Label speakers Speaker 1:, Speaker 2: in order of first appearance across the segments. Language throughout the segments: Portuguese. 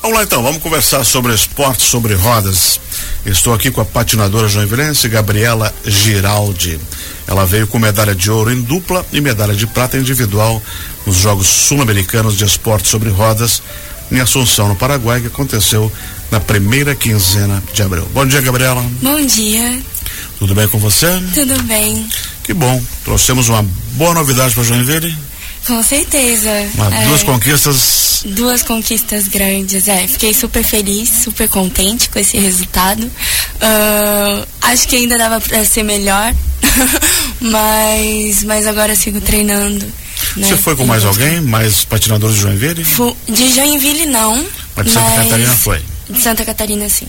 Speaker 1: Vamos lá então, vamos conversar sobre esporte, sobre rodas. Estou aqui com a patinadora joinvilense Gabriela Giraldi. Ela veio com medalha de ouro em dupla e medalha de prata individual nos Jogos Sul-Americanos de Esporte sobre Rodas em Assunção, no Paraguai, que aconteceu na primeira quinzena de abril. Bom dia, Gabriela.
Speaker 2: Bom dia.
Speaker 1: Tudo bem com você?
Speaker 2: Tudo bem.
Speaker 1: Que bom. Trouxemos uma boa novidade para Joinville.
Speaker 2: Com certeza.
Speaker 1: Uma,
Speaker 2: É,
Speaker 1: Duas conquistas.
Speaker 2: duas conquistas grandes, é. Fiquei super feliz, super contente com esse resultado. Ah, acho que ainda dava pra ser melhor, mas, mas agora eu sigo treinando. né?
Speaker 1: Você foi com mais alguém? Mais patinadores de Joinville?
Speaker 2: Fu- De Joinville não,
Speaker 1: Mas de Santa
Speaker 2: Mas-
Speaker 1: Catarina foi. Uhum.
Speaker 2: de Santa Catarina sim.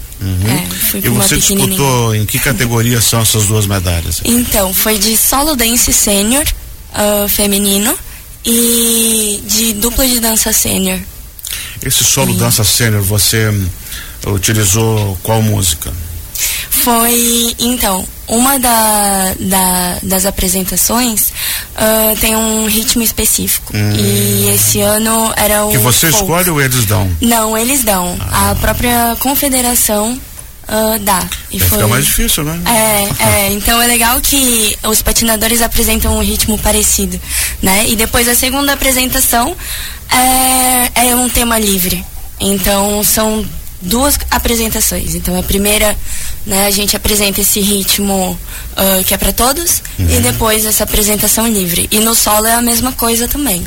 Speaker 2: É, fui
Speaker 1: E
Speaker 2: pra uma
Speaker 1: você
Speaker 2: pequenininha.
Speaker 1: disputou em que categoria são essas duas medalhas?
Speaker 2: Então, foi de solo dance sênior, ah, feminino, e de dupla de dança sênior.
Speaker 1: Esse solo dança sênior, você hum, utilizou qual música?
Speaker 2: Foi, então, uma da, da- das apresentações ah, tem um ritmo específico. E esse ano era o.
Speaker 1: Hum. Que você
Speaker 2: folk.
Speaker 1: escolhe Ah. ou eles dão?
Speaker 2: Não, eles dão. A própria confederação ah, dá. E
Speaker 1: Vai ficar mais difícil, né?
Speaker 2: É, é, então é legal que os patinadores apresentam um ritmo parecido, né? E depois a segunda apresentação é, é um tema livre. Então são duas apresentações. Então a primeira, né, a gente apresenta esse ritmo ah, que é para todos e depois essa apresentação livre. E no solo é a mesma coisa também.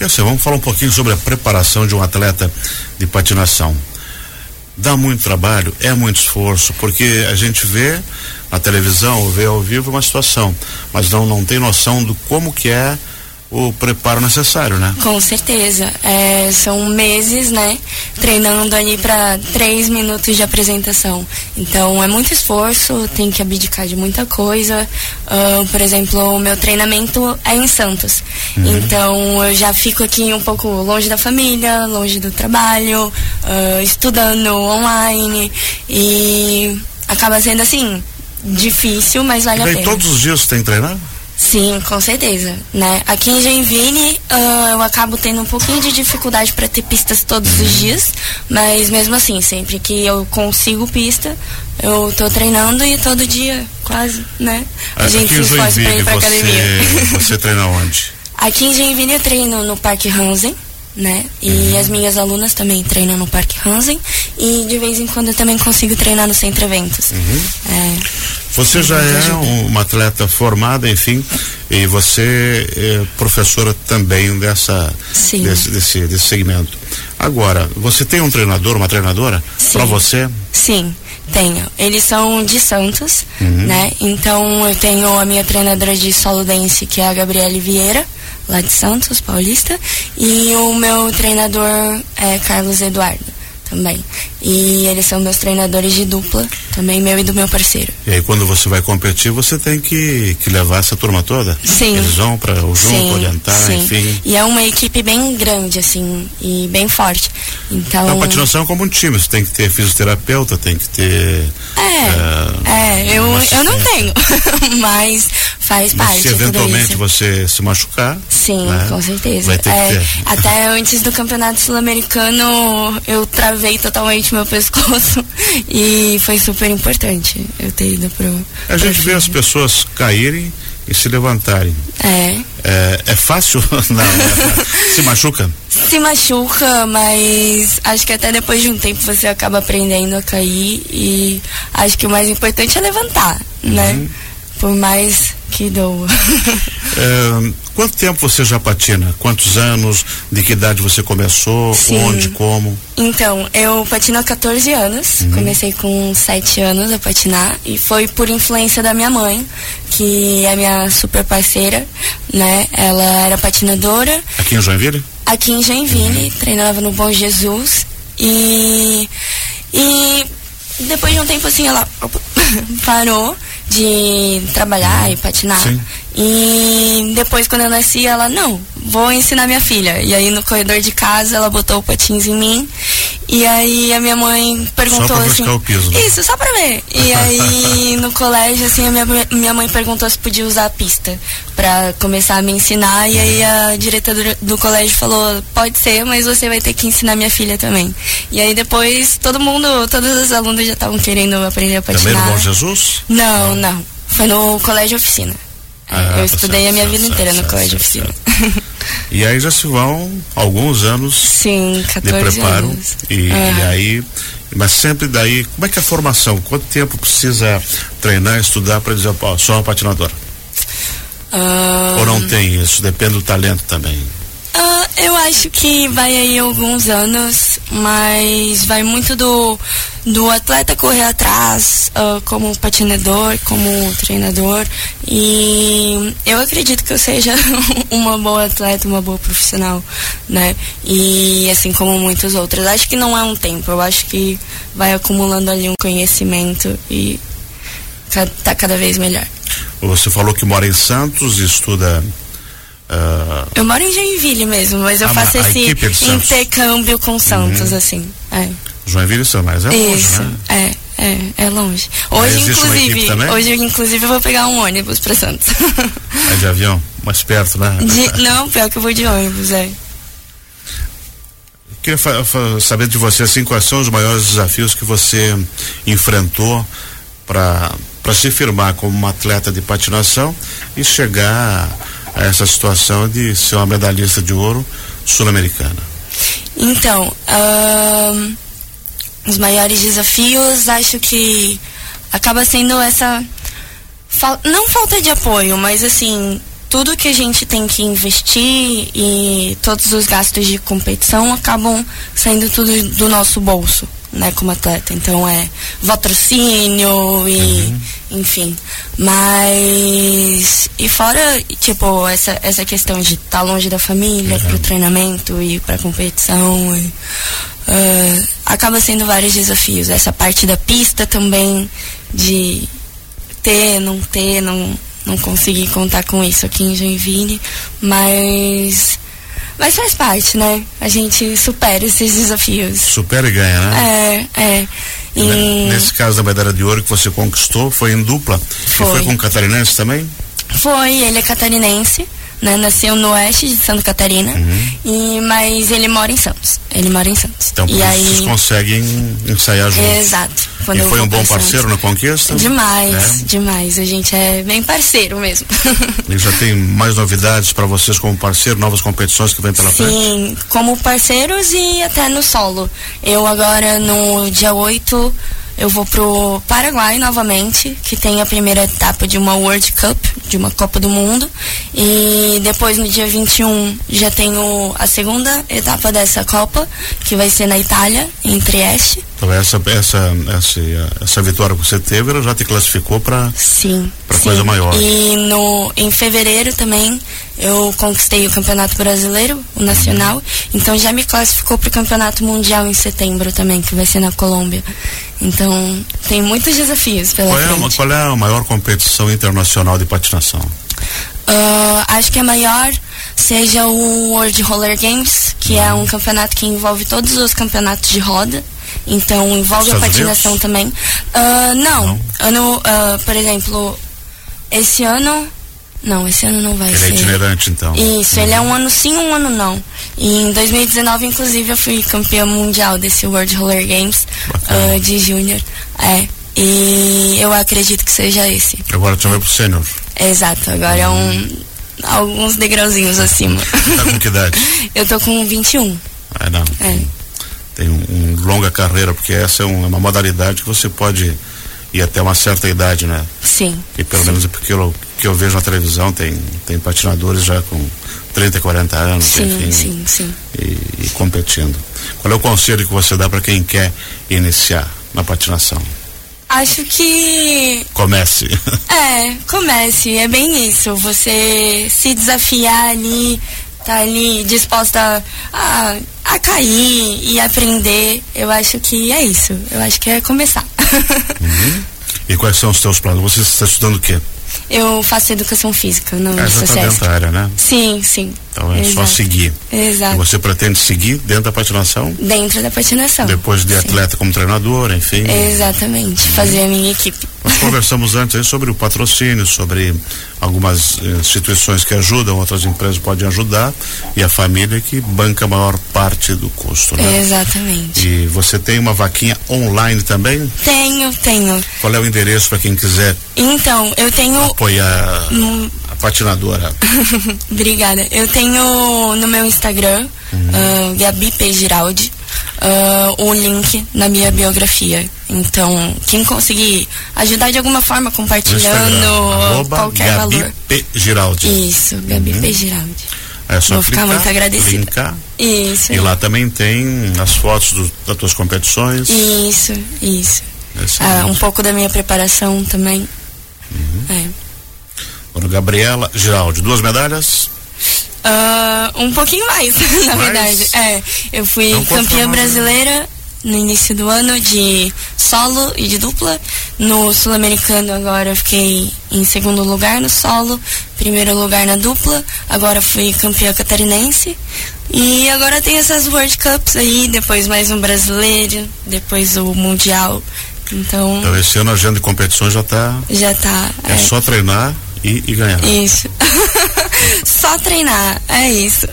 Speaker 1: Eu sei, vamos falar um pouquinho sobre a preparação de um atleta de patinação. Dá muito trabalho, é muito esforço, porque a gente vê na televisão, ou vê ao vivo uma situação, mas não, não tem noção do como que é o preparo necessário, né?
Speaker 2: Com certeza. É, são meses, né? Treinando ali para três minutos de apresentação. Então é muito esforço, tem que abdicar de muita coisa. Ah, por exemplo, o meu treinamento é em Santos.
Speaker 1: Uhum.
Speaker 2: Então eu já fico aqui um pouco longe da família, longe do trabalho, ah, estudando online. E acaba sendo assim, difícil, mas vale
Speaker 1: E
Speaker 2: a
Speaker 1: daí
Speaker 2: pena.
Speaker 1: todos os dias você tem né? que treinar?
Speaker 2: Sim, com certeza, né? Aqui em Joinville, ah, eu acabo tendo um pouquinho de dificuldade para ter pistas todos os dias, mas mesmo assim, sempre que eu consigo pista, eu tô treinando e todo dia, quase, né?
Speaker 1: É,
Speaker 2: A gente se esforça pra ir pra academia.
Speaker 1: você, você treina onde?
Speaker 2: Aqui em Joinville eu treino no Parque Hansen, né? E as minhas alunas também treinam no Parque Hansen e de vez em quando eu também consigo treinar no Centro Eventos. É.
Speaker 1: Você já é
Speaker 2: Então,
Speaker 1: um- uma atleta formada, enfim, e você é professora também dessa,
Speaker 2: Sim.
Speaker 1: desse, desse, desse segmento. Agora, você tem um treinador, uma treinadora?
Speaker 2: Sim.
Speaker 1: Para você?
Speaker 2: Sim, tenho. Eles são de Santos,
Speaker 1: Uhum.
Speaker 2: né? Então eu tenho a minha treinadora de solo dance, que é a Gabriele Vieira, lá de Santos, paulista, e o meu treinador é Carlos Eduardo, também. E eles são meus treinadores de dupla, também meu e do meu parceiro.
Speaker 1: E aí, quando você vai competir, você tem que, que levar essa turma toda?
Speaker 2: Sim.
Speaker 1: Eles vão para o junto, orientar,
Speaker 2: sim.
Speaker 1: enfim.
Speaker 2: E é uma equipe bem grande, assim, e bem forte. Então.
Speaker 1: A patinação é como um time, você tem que ter fisioterapeuta, tem que ter. eh,
Speaker 2: É,
Speaker 1: Ah,
Speaker 2: é, eu,
Speaker 1: uma
Speaker 2: eu não
Speaker 1: assistência.
Speaker 2: tenho, mas faz
Speaker 1: Mas
Speaker 2: parte.
Speaker 1: se
Speaker 2: tudo
Speaker 1: eventualmente
Speaker 2: isso.
Speaker 1: você se machucar,
Speaker 2: Sim,
Speaker 1: né?
Speaker 2: com certeza.
Speaker 1: Vai ter que
Speaker 2: É,
Speaker 1: ter.
Speaker 2: Até antes do campeonato sul-americano, eu travei totalmente meu pescoço e foi super importante eu ter ido pro.
Speaker 1: a gente vê as pessoas caírem e se levantarem.
Speaker 2: É.
Speaker 1: É, é fácil? Não, né? Se machuca?
Speaker 2: Se machuca, mas acho que até depois de um tempo você acaba aprendendo a cair e acho que o mais importante é levantar,
Speaker 1: Uhum.
Speaker 2: né? Por mais que doa.
Speaker 1: É, quanto tempo você já patina? Quantos anos? De que idade você começou?
Speaker 2: Sim.
Speaker 1: Onde? Como?
Speaker 2: Então, eu patino há 14 anos. Comecei com 7 anos a patinar. E foi por influência da minha mãe, que é minha super parceira, né? Ela era patinadora
Speaker 1: Aqui em Joinville?
Speaker 2: aqui em Joinville, treinava no Bom Jesus. E. E depois de um tempo assim, ela opa, parou de trabalhar e patinar.
Speaker 1: Sim.
Speaker 2: E depois, quando eu nasci, ela, não, vou ensinar minha filha. E aí, no corredor de casa, ela botou o patins em mim. E aí a minha mãe perguntou
Speaker 1: Só pra
Speaker 2: assim.
Speaker 1: buscar o piso, né?
Speaker 2: Isso, só pra ver. E aí no colégio, assim, a minha, minha mãe perguntou se podia usar a pista pra começar a me ensinar. E aí a diretora do, do colégio falou, pode ser, mas você vai ter que ensinar minha filha também. E aí depois todo mundo, todos os alunos já estavam querendo aprender a
Speaker 1: Também no
Speaker 2: patinar.
Speaker 1: Bom Jesus?
Speaker 2: não, não. Foi no colégio oficina. É,
Speaker 1: Ah,
Speaker 2: eu
Speaker 1: tá
Speaker 2: estudei
Speaker 1: certo,
Speaker 2: a minha
Speaker 1: certo,
Speaker 2: vida
Speaker 1: certo,
Speaker 2: inteira
Speaker 1: certo,
Speaker 2: no colégio
Speaker 1: certo,
Speaker 2: oficina.
Speaker 1: E aí já se vão alguns anos
Speaker 2: Sim,
Speaker 1: de
Speaker 2: 14
Speaker 1: preparo
Speaker 2: anos.
Speaker 1: e,
Speaker 2: É.
Speaker 1: e aí mas sempre daí como é que é a formação quanto tempo precisa treinar estudar para dizer "Ó, sou um uma patinadora
Speaker 2: Ah,
Speaker 1: ou não tem isso depende do talento também
Speaker 2: Ah, eu acho que vai aí alguns anos, mas vai muito do, do atleta correr atrás, ah, como patinador, como treinador. E eu acredito que eu seja uma boa atleta, uma boa profissional, né? E assim como muitos outros. Acho que não é um tempo, eu acho que vai acumulando ali um conhecimento e ca- tá cada vez melhor.
Speaker 1: você falou que mora em Santos e estuda ah,
Speaker 2: Eu moro em Joinville mesmo, mas eu
Speaker 1: Ah, mas
Speaker 2: faço
Speaker 1: a
Speaker 2: esse
Speaker 1: equipe é de Santos.
Speaker 2: intercâmbio com Santos, assim. É.
Speaker 1: Joinville e São mas é longe,
Speaker 2: Isso.
Speaker 1: né?
Speaker 2: É, é, é longe.
Speaker 1: Mas
Speaker 2: Hoje,
Speaker 1: existe uma equipe
Speaker 2: inclusive,
Speaker 1: também?
Speaker 2: hoje, inclusive, eu vou pegar um ônibus pra Santos.
Speaker 1: É de avião mais perto né
Speaker 2: De- não, pior que eu vou de ônibus, é.
Speaker 1: Queria fa- fa- saber de você assim, quais são os maiores desafios que você enfrentou para para se firmar como uma atleta de patinação e chegar a essa situação de ser uma medalhista de ouro sul-americana.
Speaker 2: Então, ahn, os maiores desafios, acho que acaba sendo essa. fal- Não falta de apoio, mas assim, tudo que a gente tem que investir e todos os gastos de competição acabam saindo tudo do nosso bolso, né, como atleta. Então é patrocínio e. Enfim. Mas. E fora, tipo, essa, essa questão de estar longe da família, pro treinamento e pra competição. e, ah, acaba sendo vários desafios. Essa parte da pista também, de ter, não ter, não, não conseguir contar com isso aqui em Joinville. Mas. Mas faz parte, né? A gente supera esses desafios.
Speaker 1: Supera e ganha, né?
Speaker 2: É, é. E-
Speaker 1: Né? Nesse caso da medalha de ouro que você conquistou foi em dupla e foi
Speaker 2: Foi.
Speaker 1: com o catarinense também?
Speaker 2: Foi, ele é catarinense, né? Nasceu no oeste de Santa Catarina, e, mas ele mora em Santos. Ele mora em Santos.
Speaker 1: Uhum. Então por
Speaker 2: e
Speaker 1: isso
Speaker 2: aí,
Speaker 1: vocês conseguem ensaiar juntos.
Speaker 2: exato. quando
Speaker 1: E
Speaker 2: eu
Speaker 1: foi
Speaker 2: vou
Speaker 1: um bom
Speaker 2: pra
Speaker 1: parceiro na conquista?
Speaker 2: Santos. Demais,
Speaker 1: Né?
Speaker 2: demais. A gente é bem parceiro mesmo.
Speaker 1: E já tem mais novidades para vocês como parceiro, novas competições que vem pela frente?
Speaker 2: Sim, como parceiros e até no solo. Eu agora no dia 8 eu vou pro Paraguai novamente, que tem a primeira etapa de uma World Cup, de uma Copa do Mundo. E depois no dia 21 já tenho a segunda etapa dessa Copa, que vai ser na Itália, em Trieste.
Speaker 1: Então essa essa essa essa vitória que você teve, ela já te classificou para
Speaker 2: Sim.
Speaker 1: Pra
Speaker 2: sim.
Speaker 1: coisa maior.
Speaker 2: E no, em fevereiro também eu conquistei o Campeonato Brasileiro, o
Speaker 1: Uhum.
Speaker 2: Nacional. Então já me classificou pro Campeonato Mundial em setembro também, que vai ser na Colômbia. Então tem muitos desafios pela
Speaker 1: qual é a,
Speaker 2: frente.
Speaker 1: qual é a maior competição internacional de patinação?
Speaker 2: Ah, acho que a maior seja o World Roller Games, que é um campeonato que envolve todos os campeonatos de roda. Então envolve a
Speaker 1: Estados
Speaker 2: patinação
Speaker 1: Unidos?
Speaker 2: também. Ah, não.
Speaker 1: Não?
Speaker 2: Ano, ah, por exemplo, esse ano. Não, esse ano não vai
Speaker 1: Ele
Speaker 2: ser.
Speaker 1: é itinerante então.
Speaker 2: Isso, ele é um ano sim, um ano não. E em 2019, inclusive, eu fui campeã mundial desse World Roller Games
Speaker 1: Bacana.
Speaker 2: ah, de Júnior. É. E eu acredito que seja esse.
Speaker 1: Agora tu vai pro sênior.
Speaker 2: Exato, agora é um. alguns degrauzinhos acima.
Speaker 1: Tá com que idade?
Speaker 2: eu tô com 21.
Speaker 1: Ah, não.
Speaker 2: É.
Speaker 1: Tem um, um longa carreira porque essa é, um- é uma modalidade que você pode ir até uma certa idade, né?
Speaker 2: Sim.
Speaker 1: E pelo menos é porque eu, que eu vejo na televisão tem tem patinadores já com 30, 40 anos,
Speaker 2: Sim,
Speaker 1: enfim.
Speaker 2: sim, sim.
Speaker 1: e, e competindo. Qual é o conselho que você dá para quem quer iniciar na patinação?
Speaker 2: Acho que
Speaker 1: Comece.
Speaker 2: É, comece, é bem isso. Você se desafiar ali, tá ali disposta a, a cair e aprender. Eu acho que é isso. Eu acho que é começar.
Speaker 1: Uhum. e quais são os teus planos? Você está estudando o quê?
Speaker 2: eu faço educação física no
Speaker 1: É, já está
Speaker 2: SESC.
Speaker 1: dentro da área, né?
Speaker 2: Sim, sim.
Speaker 1: Então é só
Speaker 2: Exato. Ah.
Speaker 1: seguir. E
Speaker 2: Exato.
Speaker 1: você pretende seguir dentro da patinação,
Speaker 2: Dentro da patinação.
Speaker 1: depois de
Speaker 2: Sim. É,
Speaker 1: atleta como treinador, enfim.
Speaker 2: Exatamente, fazer a minha equipe.
Speaker 1: Nós conversamos antes aí sobre o patrocínio, sobre algumas eh, instituições que ajudam, outras empresas podem ajudar, e a família que banca a maior parte do custo,
Speaker 2: É.
Speaker 1: né?
Speaker 2: Exatamente.
Speaker 1: E você tem uma vaquinha online também?
Speaker 2: Tenho, tenho.
Speaker 1: Qual é o endereço para quem quiser
Speaker 2: Então, eu tenho
Speaker 1: apoiar
Speaker 2: Hum.
Speaker 1: a patinadora?
Speaker 2: Obrigada. Eu tenho no meu Instagram,
Speaker 1: Uhum.
Speaker 2: ah, Gabi P. Giraldi, ah, o link na minha biografia. Então, quem conseguir ajudar de alguma forma,
Speaker 1: No
Speaker 2: compartilhando
Speaker 1: Instagram,
Speaker 2: ah,
Speaker 1: arroba
Speaker 2: qualquer
Speaker 1: Gabi
Speaker 2: valor.
Speaker 1: P. Giraldi. Uhum.
Speaker 2: Isso, Gabi P. Giraldi.
Speaker 1: É só
Speaker 2: Vou ficar
Speaker 1: clicar,
Speaker 2: muito agradecida.
Speaker 1: linkar.
Speaker 2: Isso,
Speaker 1: E lá também tem as fotos do- das tuas competições.
Speaker 2: isso, isso.
Speaker 1: Esse
Speaker 2: Ah,
Speaker 1: é
Speaker 2: um pouco da minha preparação também. É.
Speaker 1: Dona Gabriela Giraldi, duas medalhas.
Speaker 2: Ah, um pouquinho mais, na
Speaker 1: Mais?
Speaker 2: verdade. É, eu fui
Speaker 1: Então, quanto
Speaker 2: campeã
Speaker 1: formato?
Speaker 2: brasileira no início do ano de solo e de dupla. No sul-americano agora eu fiquei em segundo lugar no solo, primeiro lugar na dupla. Agora fui campeã catarinense. E agora tem essas World Cups aí, depois mais um brasileiro, depois o mundial. Então
Speaker 1: Então esse ano a agenda de competições já está.
Speaker 2: já tá.
Speaker 1: É,
Speaker 2: é,
Speaker 1: só treinar e, e ganhar.
Speaker 2: Isso. Só treinar, é isso.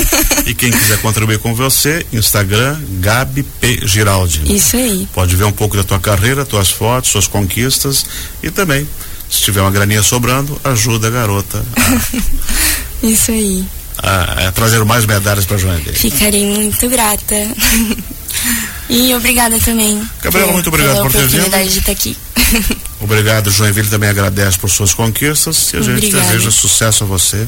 Speaker 1: E quem quiser contribuir com você, Instagram, Gabi P. Giraldi.
Speaker 2: Isso aí.
Speaker 1: Pode ver um pouco da tua carreira, tuas fotos, suas conquistas e também, se tiver uma graninha sobrando, ajuda a garota
Speaker 2: Isso aí.
Speaker 1: a, a trazer mais medalhas para Joinville.
Speaker 2: Ficarei muito grata. e obrigada também. É,
Speaker 1: Gabriela, muito obrigado
Speaker 2: pela
Speaker 1: por ter
Speaker 2: oportunidade de estar aqui.
Speaker 1: Obrigado, Joinville também agradece por suas conquistas e a gente
Speaker 2: Obrigada.
Speaker 1: deseja sucesso a você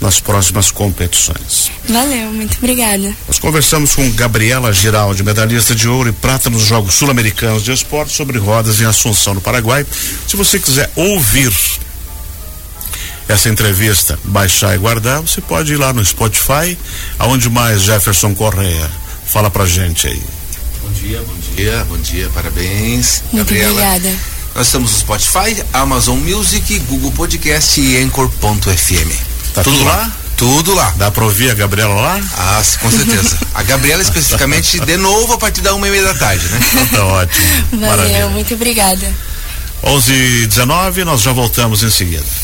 Speaker 1: nas próximas competições.
Speaker 2: Valeu, muito obrigada.
Speaker 1: Nós conversamos com Gabriela Giraldi, medalhista de ouro e prata nos Jogos Sul-Americanos de Esporte sobre rodas em Assunção, no Paraguai. Se você quiser ouvir essa entrevista, baixar e guardar, você pode ir lá no Spotify, aonde mais Jefferson Correia. Fala pra gente aí.
Speaker 3: Bom dia, bom dia, bom dia, parabéns.
Speaker 2: Muito
Speaker 3: Gabriela.
Speaker 2: obrigada.
Speaker 3: Nós estamos no Spotify, Amazon Music, Google Podcast e Anchor.fm.
Speaker 1: Tá tudo lá?
Speaker 3: Tudo lá.
Speaker 1: Dá pra ouvir a Gabriela lá?
Speaker 3: Ah, s- com certeza. A Gabriela especificamente, de novo, a partir da uma e meia da tarde, né?
Speaker 1: Então Tá ótimo.
Speaker 2: Valeu,
Speaker 1: Maravilha.
Speaker 2: muito obrigada.
Speaker 1: 11 h 19 nós já voltamos em seguida.